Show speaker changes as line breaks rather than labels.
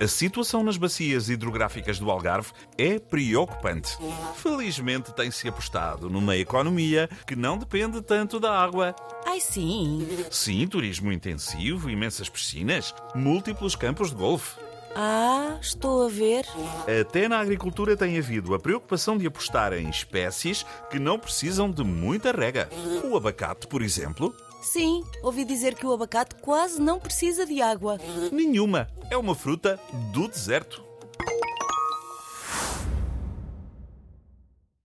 A situação nas bacias hidrográficas do Algarve é preocupante. Felizmente tem-se apostado numa economia que não depende tanto da água.
Ai sim.
Sim, turismo intensivo, imensas piscinas, múltiplos campos de golfe.
Ah, estou a ver.
Até na agricultura tem havido a preocupação de apostar em espécies que não precisam de muita rega. O abacate, por exemplo,
Sim, ouvi dizer que o abacate quase não precisa de água.
nenhuma. É uma fruta do deserto.